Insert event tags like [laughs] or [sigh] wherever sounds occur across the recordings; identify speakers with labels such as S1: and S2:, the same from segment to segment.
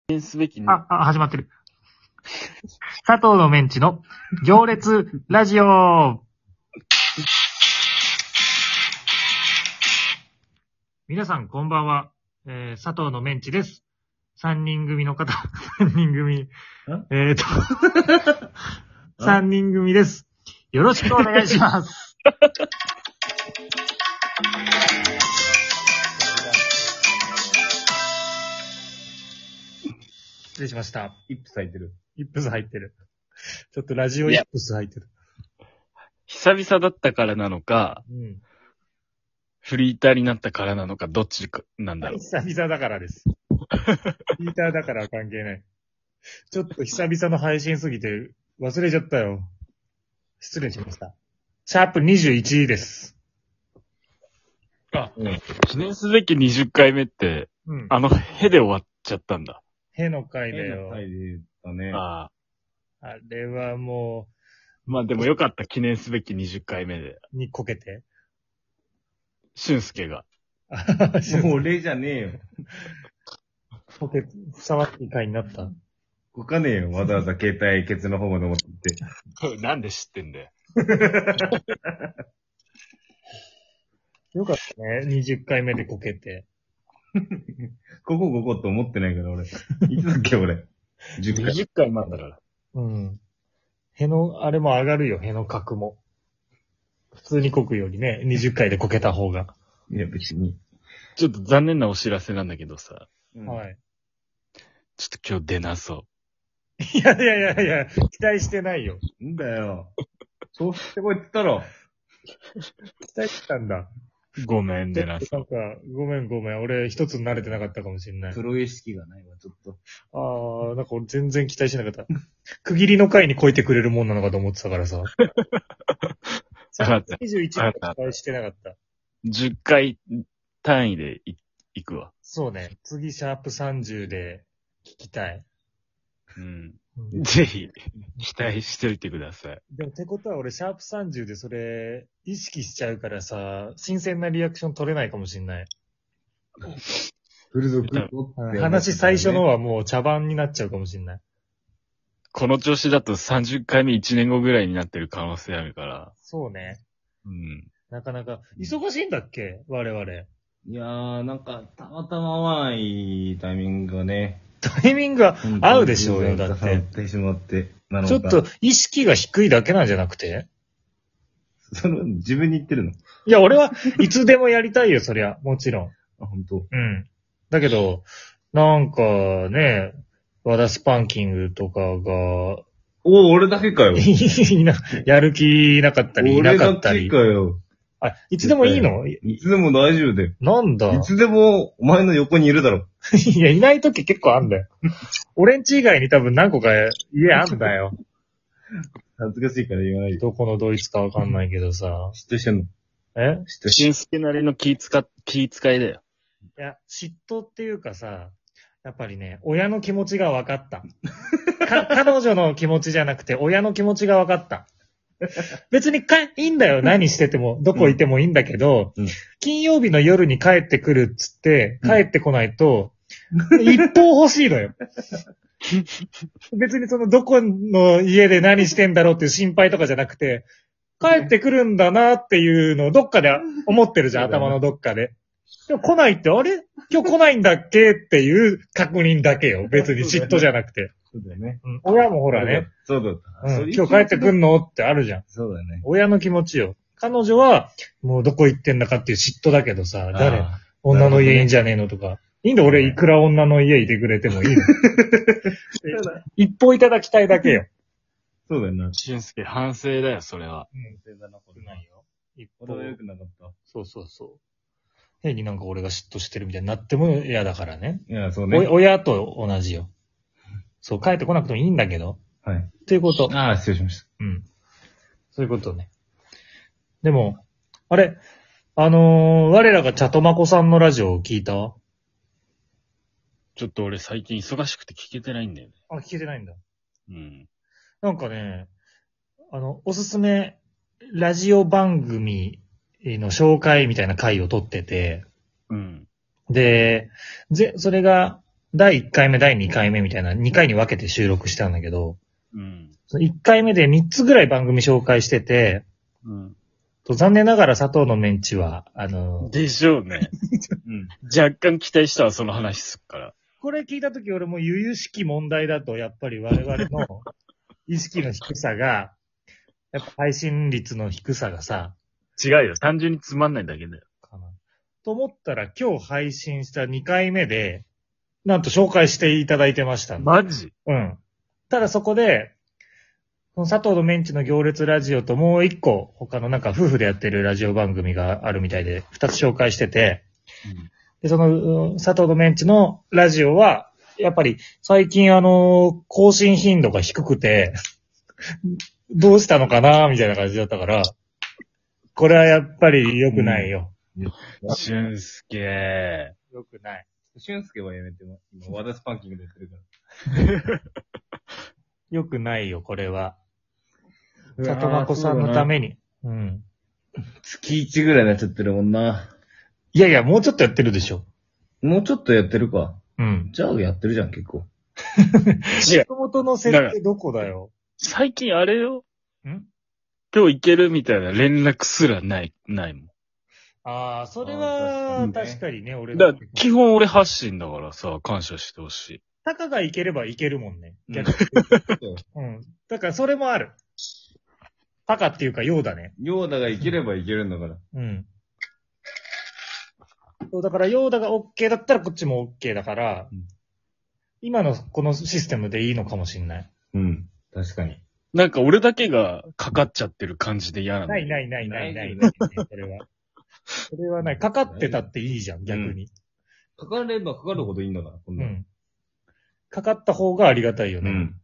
S1: 記念すべきね。
S2: あ、あ、始まってる。佐藤のメンチの行列ラジオ皆さんこんばんは、えー佐藤のメンチです。三人組の方、三人組、えー、と、三人組です。よろしくお願いします。失礼しました。
S3: イップ咲いてる。
S2: イップス入ってる。ちょっとラジオイップス入ってる。
S1: 久々だったからなのか、
S2: うん。
S1: フリーターになったからなのか、どっちかなんだろう。
S2: [laughs] 久々だからです。ヒーターだからは関係ない。ちょっと久々の配信すぎて忘れちゃったよ。失礼しました。シャープ21です。
S1: 記念すべき20回目って、
S2: うん。
S1: あの、へで終わっちゃったんだ。
S2: への回だ
S3: 絵の
S2: よ。
S3: 回で言ったね。
S1: ああ。
S2: あれはも
S1: まあでもよかった、記念すべき20回目で。
S2: う、にこけて。
S1: 俊介が。
S3: [laughs] もう俺じゃねえよ。
S2: こけ、ふさわしい回になった。
S3: 動かねえよ。わざわざ携帯ケツの方まで持ってって。
S1: [laughs] なんで知ってんだよ。
S2: よかったね。20回目でこけて。
S3: ここここと思ってないから俺。いつだっけ俺。10回。
S1: 20回前だから。
S2: うん。への、あれも上がるよ、への角も。普通にこくよりね、20回でこけた方が。
S3: いや別に。
S1: ちょっと残念なお知らせなんだけどさ、
S3: い。
S2: はい。
S1: ちょっと今日出なそ
S2: いやいやいやいや、期待してないよ。
S3: んだよ。調子ってこいって言ったろ。
S2: 期待してたんだ。
S1: う。ごめん、出
S2: な
S1: なんそ
S2: か
S1: う。、
S2: ごめんごめん。俺一つ慣れてなかったかもしれない。あ
S3: プロ意識がないわ、ちょっと。
S2: あ、なんか俺全然期待してなかった。 [laughs] 区切りの回に超えてくれるもんなのかと思って
S1: [laughs]
S2: たからさ。
S1: わかった
S2: 21
S1: わ
S2: の
S1: かった
S2: 期待してなかった。
S1: 10回単位でいいくわ。
S2: そうね。次、シャープ30で聞きたい。
S1: うん。
S2: うん
S1: ぜひ、期待しておいてください。
S2: でも、てことは俺、シャープ30でそれ、意識しちゃうからさ、新鮮なリアクション取れないかもしれない。
S3: フル族って
S2: 話最初の。はもう茶番になっちゃうかもしれない。
S1: この調子だと30回目1年後ぐらいになってる可能性あるから。
S2: そうね。
S1: うん。
S2: なかなか、忙しいんだっけ我々。
S3: いやー、なんか、たまたま合わないタイミングがね。
S2: タイミングが合うでしょうよ、だっ。
S3: 合っててしまって。なの
S2: ちょ
S3: か
S2: っと、意識が低いだけなんじゃなくて
S3: その、自分に言ってるの。
S2: いや、俺はいつでもやりたいよ、そりゃ。もちろん。
S3: あ、ほんと。
S2: うん。だけど、なんかね、和田スパンキングとかが、
S3: おお、俺だけかよ。
S2: いな、やる気なかったり、いな
S3: 俺
S2: か
S3: だ
S2: った
S3: け
S2: り
S3: か。よ。
S2: あ、いつでもいいの
S3: いつでも大丈夫だよ。
S2: なんだ
S3: いつでもお前の横にいるだろ。
S2: [laughs] いや、いない時結構あん [laughs] だよ。俺んち以外に多分何個か家あんだ [laughs] よ。
S3: 恥ずかしいから言わないで。
S2: どこのドイツかわかんないけどさ。
S3: 嫉妬してんの
S2: え
S3: 嫉妬し
S1: 俊介なりの気使、気遣いだよ。
S2: いや、嫉妬っていうかさ、やっぱりね、親の気持ちが分かった。か [laughs] 彼女の気持ちじゃなくて、親の気持ちが分かった。別にか、いいんだよ。何してても、どこいてもいいんだけど、
S3: うん
S2: 金曜日の夜に帰ってくるっつって、
S3: うん
S2: 帰ってこない
S3: [laughs]
S2: と、一報欲しいのよ。別にその、どこの家で何してんだろうっていう心配とかじゃなくて、帰ってくるんだなっていうのをどっかで思ってるじゃん、
S3: そうだね
S2: 頭のどっかで。でも来ないって、あれ今日来ないんだっけっていう確認だけ
S3: [laughs]
S2: よ。別に嫉妬じゃなくて。
S3: そうだよね。
S2: うん親もほらね、
S3: そうだった。
S2: う、
S3: そうん
S2: 今日帰ってくんのってあるじゃん。
S3: そうだね。
S2: 親の気持ちよ。彼女は、もうどこ行ってんだかっていう嫉妬だけどさ、誰
S3: あ
S2: 女の家いいんじゃねえのとか。いいんだ、俺いくら女の家いてくれてもいい
S3: [laughs]
S2: の。
S3: ーそうだ
S2: 一歩いただきたいだけよ。
S3: そうだよな。
S1: 俊介、反省だよ、それは。
S2: ないよ。一
S3: 俺は良くなかった。
S2: そうそうそう。変になんか俺が嫉妬してるみたいになっても嫌だからね。
S3: いや、そう
S2: お
S3: ね。
S2: 親と同じよ。そう、帰ってこなくてもいいんだけど。
S3: はい。
S2: ということ。
S3: ああ、失礼しました。
S2: うん。そういうことね。でも、あれ、あのー我らがチャトマコさんのラジオを聞いたあ、
S1: ちょっと俺最近忙しくて聞けてないんだよね。
S2: 聞けてないんだ。
S1: うん。
S2: なんかね、あの、おすすめラジオ番組の紹介みたいな回を撮ってて、
S1: うん。
S2: で、ぜ、それが、第1回目、第2回目みたいな、2回に分けて収録したんだけど、
S1: うん。
S2: その1回目で3つぐらい番組紹介してて、
S1: うん。
S2: と残念ながら佐藤のメンチは、あ
S1: [laughs]
S2: の、
S1: でしょう [laughs] ね。うん。若干期待したわ、その話すっから。
S2: これ聞いたとき俺も由々しき問題だと、やっぱり我々の意識の低さが、やっぱ配信率の低さがさ、
S1: 違うよ。単純につまんないだけだよ。
S2: かな。と思ったら今日配信した2回目で、なんと紹介していただいてましたんで
S1: マジ
S2: うん。ただそこで、その佐藤のメンチの行列ラジオともう一個、他のなんか夫婦でやってるラジオ番組があるみたいで、二つ紹介してて、で、その、うん佐藤のメンチのラジオは、やっぱり最近あの、更新頻度が低くて、どうしたのかなみたいな感じだったから、これはやっぱり良くないよ。
S1: 俊介。
S2: 良くない。
S3: 俊介はやめても、今、和田スパンキングでやってるから。
S2: 良くないよ、これは。里真子さんのために。うん。
S3: 月1ぐらいになっちゃってるもんな。
S2: いやいや、もうちょっとやってるでしょ。
S3: もうちょっとやってるか。
S2: うん。
S3: じゃあやってるじゃん、結構。
S1: 違う。
S2: 元の設定どこだよ。
S1: 最近あれよ。
S2: ん
S1: 今日行けるみたいな連絡すらない、ないもん。
S2: ああ、それは
S3: あー確か
S2: 確かに
S3: にね
S2: ね、俺
S1: だ
S2: ら
S1: から基本俺発信だからさ、感謝してほしい。
S2: たかがいければいけるもんね。
S1: うん
S2: 逆に。うん。だからそれもある。たかっていうか、ようだね。
S3: ヨーダが生きれば生きるんだから。
S2: うん。そう、だから、ヨーダが OK だったらこっちも OK だから、
S3: うん
S2: 今のこのシステムでいいのかもしんない。
S3: うん。確かに。
S1: なんか俺だけがかかっちゃってる感じで嫌なの。
S2: ないないないないない
S3: な
S2: ない、それは。それはない。かかってたっていいじゃん、逆に。
S3: かかればかかるほどいいんだから、こん
S2: う
S3: なの
S2: ん。かかった方がありがたいよ
S3: う
S2: ね。
S3: ん。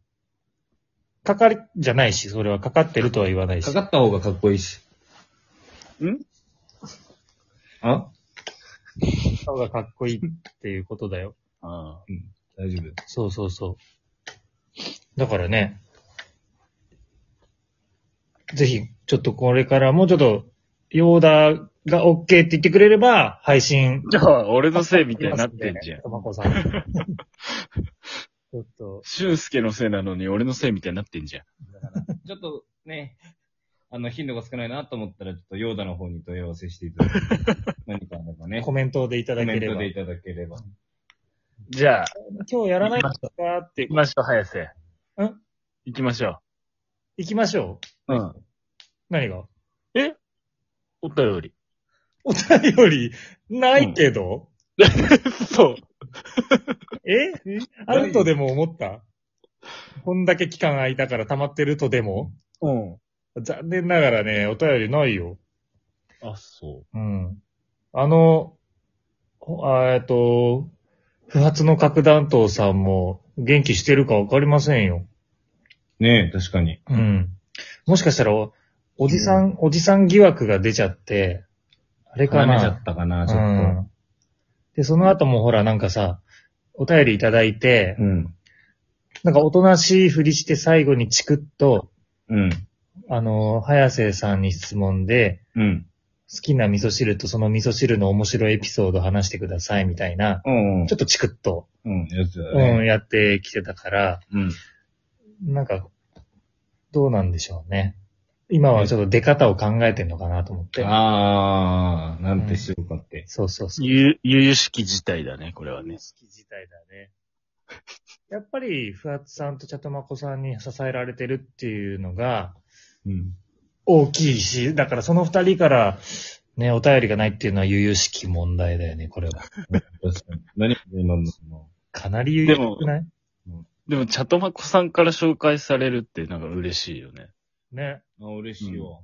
S2: かかり、じゃないし、それはかかってるとは言わないし。
S3: かかった方がかっこいいし。
S1: ん
S3: あ
S2: った方がかっこいいっていうことだよ。
S1: あ
S3: 大丈夫。
S2: そうそうそう。だからね、ぜひ、ちょっとこれからもうちょっと、ヨーダが OK って言ってくれれば、配信。
S1: あじゃあ、俺のせいみたいになってんじゃん。
S2: トマコさん。ちょっと、
S1: 俊介のせいなのに俺のせいみたいになってんじゃん。
S3: ちょっとね、あの、頻度が少ないなと思ったら、ちょっとヨーダの方に問い合わせしていただく。
S2: [laughs]
S3: 何かあればね。
S2: コ
S3: コ
S2: メントでいただけ
S3: メン
S2: れ
S3: ト
S2: ば
S3: で。いただければ。
S1: じゃあ、
S2: 今日やらないですかって
S1: 行き、ましょう、早瀬。
S2: ん
S1: 行きましょ
S2: 行きましょ
S1: う。うん。
S2: う。何が
S1: お便り。
S2: お便り、ないけど、
S1: そう。
S3: [laughs]
S2: えあるとでも思ったこんだけ期間空いたから溜まってるとでも
S1: うん。
S2: 残念ながらね、お便りないよ。
S1: あ、そ
S2: うん。あの、ほあえっと、不発の核弾頭さんも元気してるかわかりませんよ。
S3: ねえ、確かに。
S2: うん。もしかしたらお、おじさん、おじさん疑惑が出ちゃって、あれか
S3: 絡
S2: な。
S3: めちゃったかな、ちょ
S2: う
S3: っ
S2: ん。で、その後もほら、なんかさ、お便りいただいて
S3: と。、うん。
S2: なんかおとなしいふりして最後にチクッと、
S3: うん。
S2: あの、早瀬さんに質問で、
S3: うん。
S2: 好きな味噌汁とその味噌汁の面白いエピソードを話してくださいみたいな、
S3: うん。うん
S2: ちょっとチクッと、
S3: うん。やつだ
S2: う
S3: ね。
S2: ん、やってきてたから、
S3: うん。
S2: なんか、どうなんでしょうね。今はちょっと出方を考えてんのかなと思って。
S3: あー、なんてしようかって。
S2: そうそうそう。
S1: ゆ、ゆゆしき事態だね、これはね。
S2: 式自体だね。やっぱり、ふわつさんとちゃとまこさんに支えられてるっていうのが
S3: うん。
S2: 大きいし、だからその二人から、ね、お便りがないっていうのは悠々しき問題だよね、これは。
S3: 確かに。何が今のその、
S2: かなり悠々しくない
S1: でも、チャトマコさんから紹介されるってなんか嬉しいよね。
S2: ね。
S3: あ、嬉しいわ。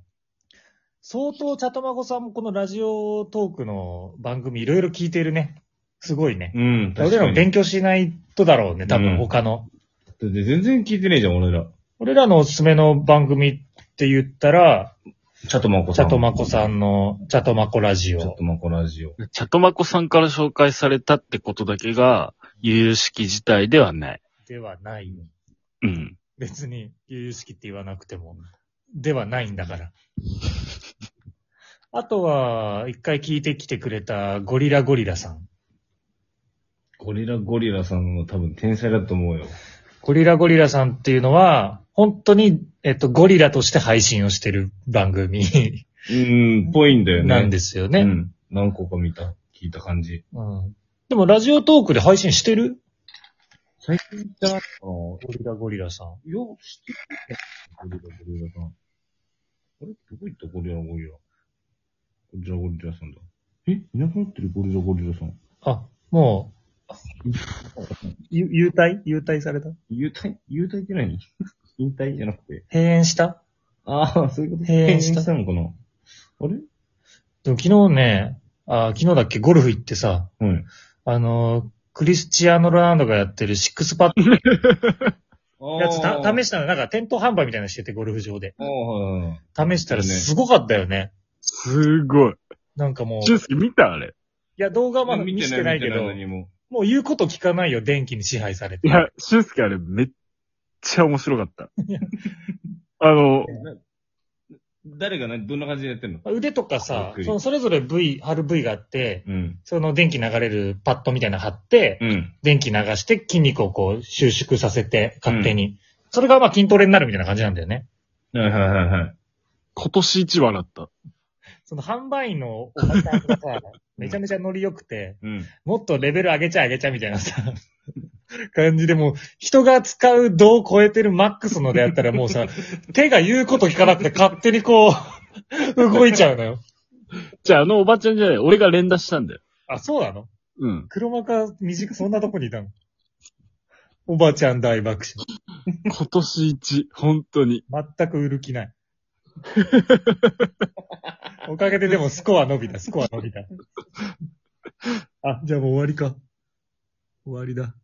S2: 相当、ちゃとまこさんもこのラジオトークの番組いろいろ聞いてるね。すごいね。
S3: うん、
S2: 俺
S3: 確
S2: ら
S3: か
S2: も
S3: に。
S2: 勉強しないとだろうね、多
S3: う
S2: 分
S3: ん
S2: 他の。
S3: だって全然聞いてねえじゃん、俺ら。
S2: 俺らのおすすめの番組って言ったら、
S3: チャトマコ
S2: ち
S3: さん。
S2: ゃとまこさんの、ちゃとまこラジ
S3: チャ
S2: オ。
S3: トマコラジオ。
S1: チャトマコさんから紹介されたってことだけが、ゆゆしき事態ではない。
S2: ではないよ。
S1: うん。
S2: 別に、由々しきって言わなくても。ではないんだ [laughs] から。あとは、一回聞いてきてくれたゴリラゴリラさん。
S3: ゴリラゴリラさんも多分天才だと思うよ。
S2: ゴリラゴリラさんっていうのは、本当に、えっと、ゴリラとして配信をしてる番組
S3: うーん、ぽいんだよね。
S2: なんですよ
S3: う
S2: ね。
S3: ん。何個か見た、聞いた感じ。
S2: うん。でも、ラジオトークで配信してる
S3: 最近行ったなあの
S2: ゴリラゴリラさん。
S3: よ、知ってるね。ゴリラ、ゴリラさん。あれどこ行ったゴリラ、ゴリラ。ゴリラ、ゴリラさんだ。えいなくなってるゴリラ、ゴリラさん。
S2: あ、もう、 [laughs] ゆ優退優退された
S3: 優退優退って何 [laughs] 引退じゃなくて。
S2: 閉園した
S3: ああ、そういうこと
S2: 閉園した
S3: 閉たのかなあ
S2: で
S3: れ
S2: も昨日ね、あ昨日だっけ、ゴルフ行ってさ、
S3: はい。
S2: あのー、クリスチアーノ・ロナウドがやってるシックスパッドのやつた試
S3: し、
S2: したの、なんか店頭販売みたいなのしてて、ゴルフ場で。
S3: あーはいはい
S2: 試したらすごかったよね。
S1: すごい。
S2: なんかもう、
S1: ジュ
S2: い
S1: ース見たあれ。
S2: や、動画はま
S3: はい。
S2: だ見してないけど、
S3: 何も。
S2: もう言うこと聞かないよ、電気に支配され
S1: い
S2: て。
S1: や、俊介あれめっちゃ面白かった。あの、
S3: 誰が何、どんな感じでやってんの
S2: 腕とかさ
S3: びっくり
S2: その、それぞれ部位、貼る部位があって、
S3: うん。
S2: その電気流れるパッドみたいなの貼って、
S3: うん。
S2: 電気流して筋肉をこう収縮させて、勝手に。それがまあ筋トレになるみたいな感じなんだよね。
S3: はいはいはいはい。
S1: 今年一話だった。
S2: その販売員のおばちゃんが [laughs] さ、めちゃめちゃノリ良くて、
S3: うん。
S2: もっとレベル上げちゃ上げちゃみたいなさ、感じでもう、人が使う度を超えてるマックスのでやったらもう [laughs] さ、手が言うこと聞かなくて勝手にこう、動いちゃうのよ。
S1: じゃあ、あのおばちゃんじゃない、俺が連打したんだよ。
S2: あ、そうなの
S1: うん。
S2: 黒幕短くそんなとこにいたのおばちゃん大爆笑。
S1: 今年一、本当に。
S2: 全く売る気ない。おかげででもスコア伸びた、スコア伸びた。あ、じゃあもう終わりか。終わりだ。